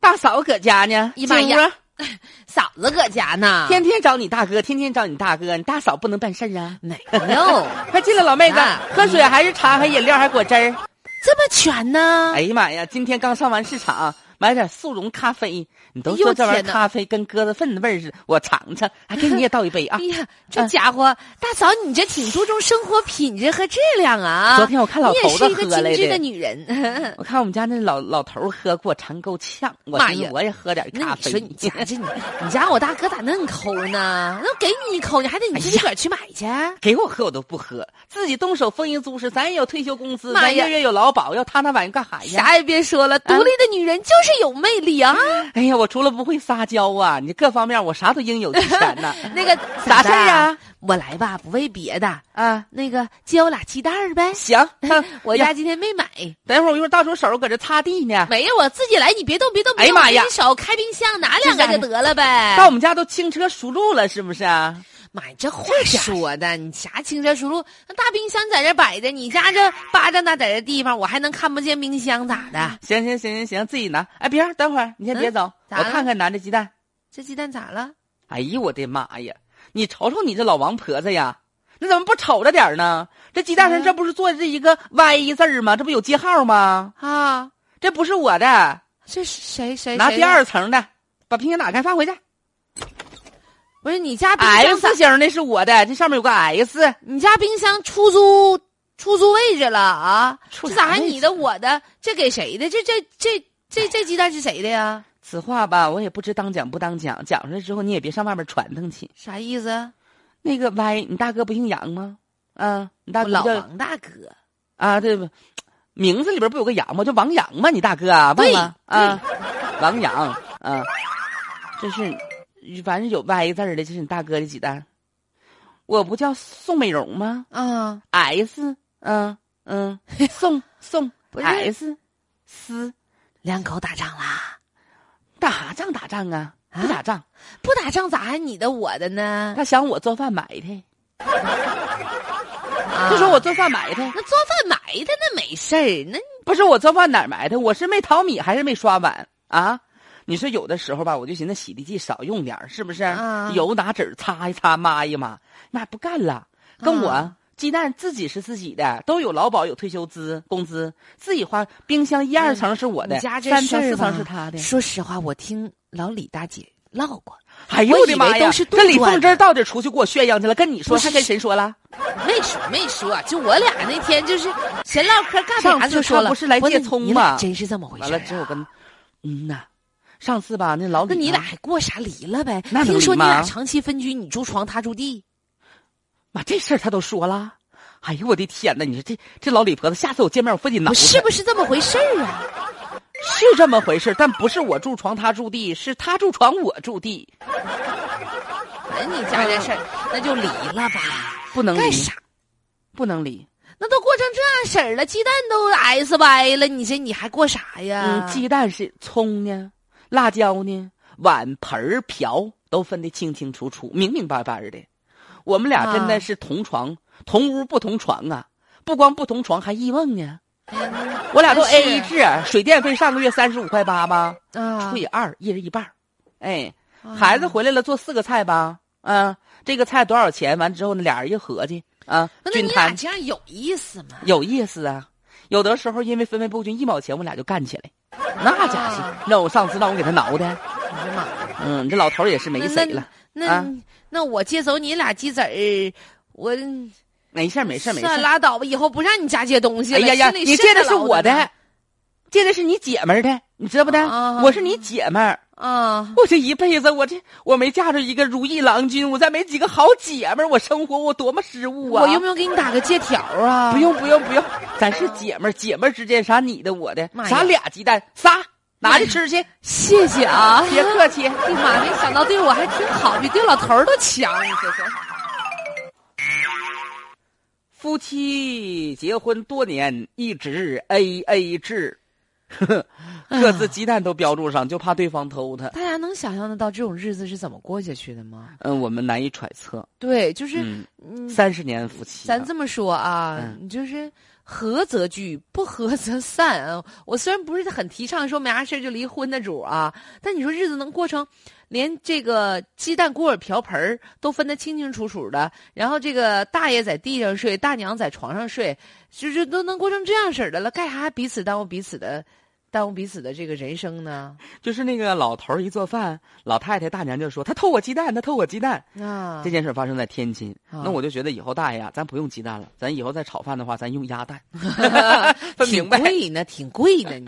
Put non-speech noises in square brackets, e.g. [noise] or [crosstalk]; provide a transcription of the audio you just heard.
大嫂搁家呢，哎呀妈呀啊进屋啊嫂子搁家呢，天天找你大哥，天天找你大哥，你大嫂不能办事儿啊！没有快进来，老妹子啊，喝水还是茶，还饮料，还果汁儿。 [laughs] 这么全呢？哎呀妈呀，今天刚上完市场，买点速溶咖啡。你都哎说呦这玩意儿天哪咖啡跟鸽子粪的味儿似的，我尝尝。哎，给你也倒一杯 [laughs] 啊哎！呀，这家伙、大嫂，你这挺注重生活品质和质量啊！昨天我看老头子你也是一喝个来精致的的，女 [laughs] 人。我看我们家那老老头儿喝给我馋够呛，我妈寻思呀我也喝点那咖你啡。说你家这你你家我大哥咋那么抠呢？那我给你一口，你还得你自己个儿去买去。 [laughs] 给我喝我都不喝，自己动手丰衣足食，咱也有退休工资，妈咱呀月月有劳保，要他那玩意儿干啥呀？啥也别说了，独立的女人就是有魅力啊！ [laughs] 哎呀，我除了不会撒娇啊，你各方面我啥都应有尽全 [laughs] 呐。那个啥事儿啊啊？我来吧，不为别的，啊，那个借我俩鸡蛋儿呗。行，那 [laughs] 我呀家今天没买，等一会儿，我一会儿到时候手搁这擦地呢。 [laughs] 没有，我啊自己来，你别动，别动，别哎呀动妈呀我给你手开冰箱拿两这家个伙就得了呗。到我们家都轻车熟路了，是不是啊？妈呀，这话说的，你啥轻车熟路？那大冰箱在这摆着，你家这巴掌大在这地方，我还能看不见冰箱咋的？行行行行行，自己拿。哎，别儿，等会儿你先别嗯走，咋我了看看拿这鸡蛋。这鸡蛋咋了？哎呦我的妈呀！你瞅瞅你这老王婆子呀，你怎么不瞅着点儿呢？这鸡蛋上嗯这不是做这一个 Y 字儿吗？这不有记号吗？啊，这不是我的，这是谁谁拿哎谁第二层的，把冰箱打开放回去。不是你家冰箱咋 S 型的是我的，这上面有个 S。你家冰箱出租出租位置了啊？出这啥咋还位你置的我的？这给谁的？这这这这这鸡蛋是谁的呀？此话吧，我也不知当讲不当讲，讲出来之后你也别上外面传腾去。啥意思？那个 Y，你大哥不姓杨吗？啊，你大我哥老叫王大哥，啊，对不？名字里边不有个杨吗？就王杨吗？你大哥啊，忘对了啊，王杨啊，这是反正有歪字儿的，这是你大哥的鸡蛋。我不叫宋美容吗啊， ？S，嗯 [laughs] 嗯，宋宋不是 S，思两口打仗啊啦？打啥仗打仗啊？啊不打仗，不打仗咋还你的我的呢？ [laughs] 他想我做饭埋汰，就就说我做饭埋汰，啊那做饭埋汰那没事儿，那不是我做饭哪儿埋汰？我是没淘米还是没刷碗啊？你说有的时候吧，我就寻思洗涤剂少用点儿是不是？啊油拿纸擦一擦，抹一抹，那不干了。跟我、啊鸡蛋自己是自己的，都有劳保有退休资工资，自己花。冰箱一二层是我的，嗯你家这三事层儿四层吧是他的。说实话，我听老李大姐唠过，哎呦我我的以妈为呀！都是这李杜撰凤珍儿到底出去给我炫耀去了，跟你说，不是还跟谁说了？没说没说，就我俩那天就是闲唠嗑干上啥次就说他了，不是来我借说你葱你俩吗真是这么回完事、了之后跟，，嗯呐，上次吧那老那李、你俩还过啥离了呗？那能听说离你吗俩长期分居，你住床，他住地，妈，这事儿他都说了。哎呦，我的天哪！你说这这老李婆子，下次我见面我非得挠不他。是不是这么回事儿啊？是这么回事，但不是我住床他住地，是他住床我住地，哎，你家这事儿，那就离了吧，不嗯能干离，啥？不能离。那都过成这样式儿了，鸡蛋都 S Y 了，你这你还过啥呀？嗯，鸡蛋是葱呢，辣椒呢，碗盆儿瓢都分得清清楚楚、明明白白的。我们俩真啊的是同床、同屋不同床啊！不光不同床，还异梦呢。哎呀那我俩都真是 A A 制，水电费上个月三十五块八吧，啊，除以二，一人一半儿。哎，啊孩子回来了，做四个菜吧。啊，这个菜多少钱？完之后呢，俩人一合计啊不，是均你俩摊这样有意思吗？有意思啊。有的时候因为分配不均，一毛钱我俩就干起来，那家是啊让我上次让我给他挠的。哎呀妈呀，嗯，这老头儿也是没谁了，那啊那我借走你俩鸡子儿，我没事儿没事儿没事算儿。拉倒吧，以后不让你家借东西哎了。呀呀，心里你瘆借得的是牢我呢的，借的是你姐们儿的，你知道不的？啊我是你姐们儿。啊！我这一辈子，我这我没嫁着一个如意郎君，我再没几个好姐们儿，我生活我多么失误啊！我用不用给你打个借条啊？不，用不用不用，咱是姐们儿，姐们儿之间啥你的我的妈，呀啥俩鸡蛋仨，拿着吃去，谢谢 [laughs] 啊。别客气。哎呀妈，没想到对我还挺好，比对老头儿都强，你说说。夫妻结婚多年，一直 A A 制，各自鸡蛋都标注上，就怕对方偷他。大家能想象得到这种日子是怎么过下去的吗？嗯，我们难以揣测。对，就是嗯，嗯，三十年夫妻了，咱这么说啊，嗯你就是合则聚，不合则散啊。我虽然不是很提倡说没啥事儿就离婚的主儿啊，但你说日子能过成连这个鸡蛋锅碗瓢盆儿都分得清清楚楚的，然后这个大爷在地上睡，大娘在床上睡，就就都能过成这样式儿的了，干啥还彼此耽误彼此的，耽误彼此的这个人生呢？就是那个老头儿一做饭，老太太大娘就说他偷我鸡蛋，他偷我鸡蛋。啊这件事儿发生在天津，啊那我就觉得以后大爷啊，咱 [laughs] 不 [laughs] 用鸡蛋了，咱以后再炒饭的话，咱用鸭蛋，分挺明白。贵呢，挺贵呢，你。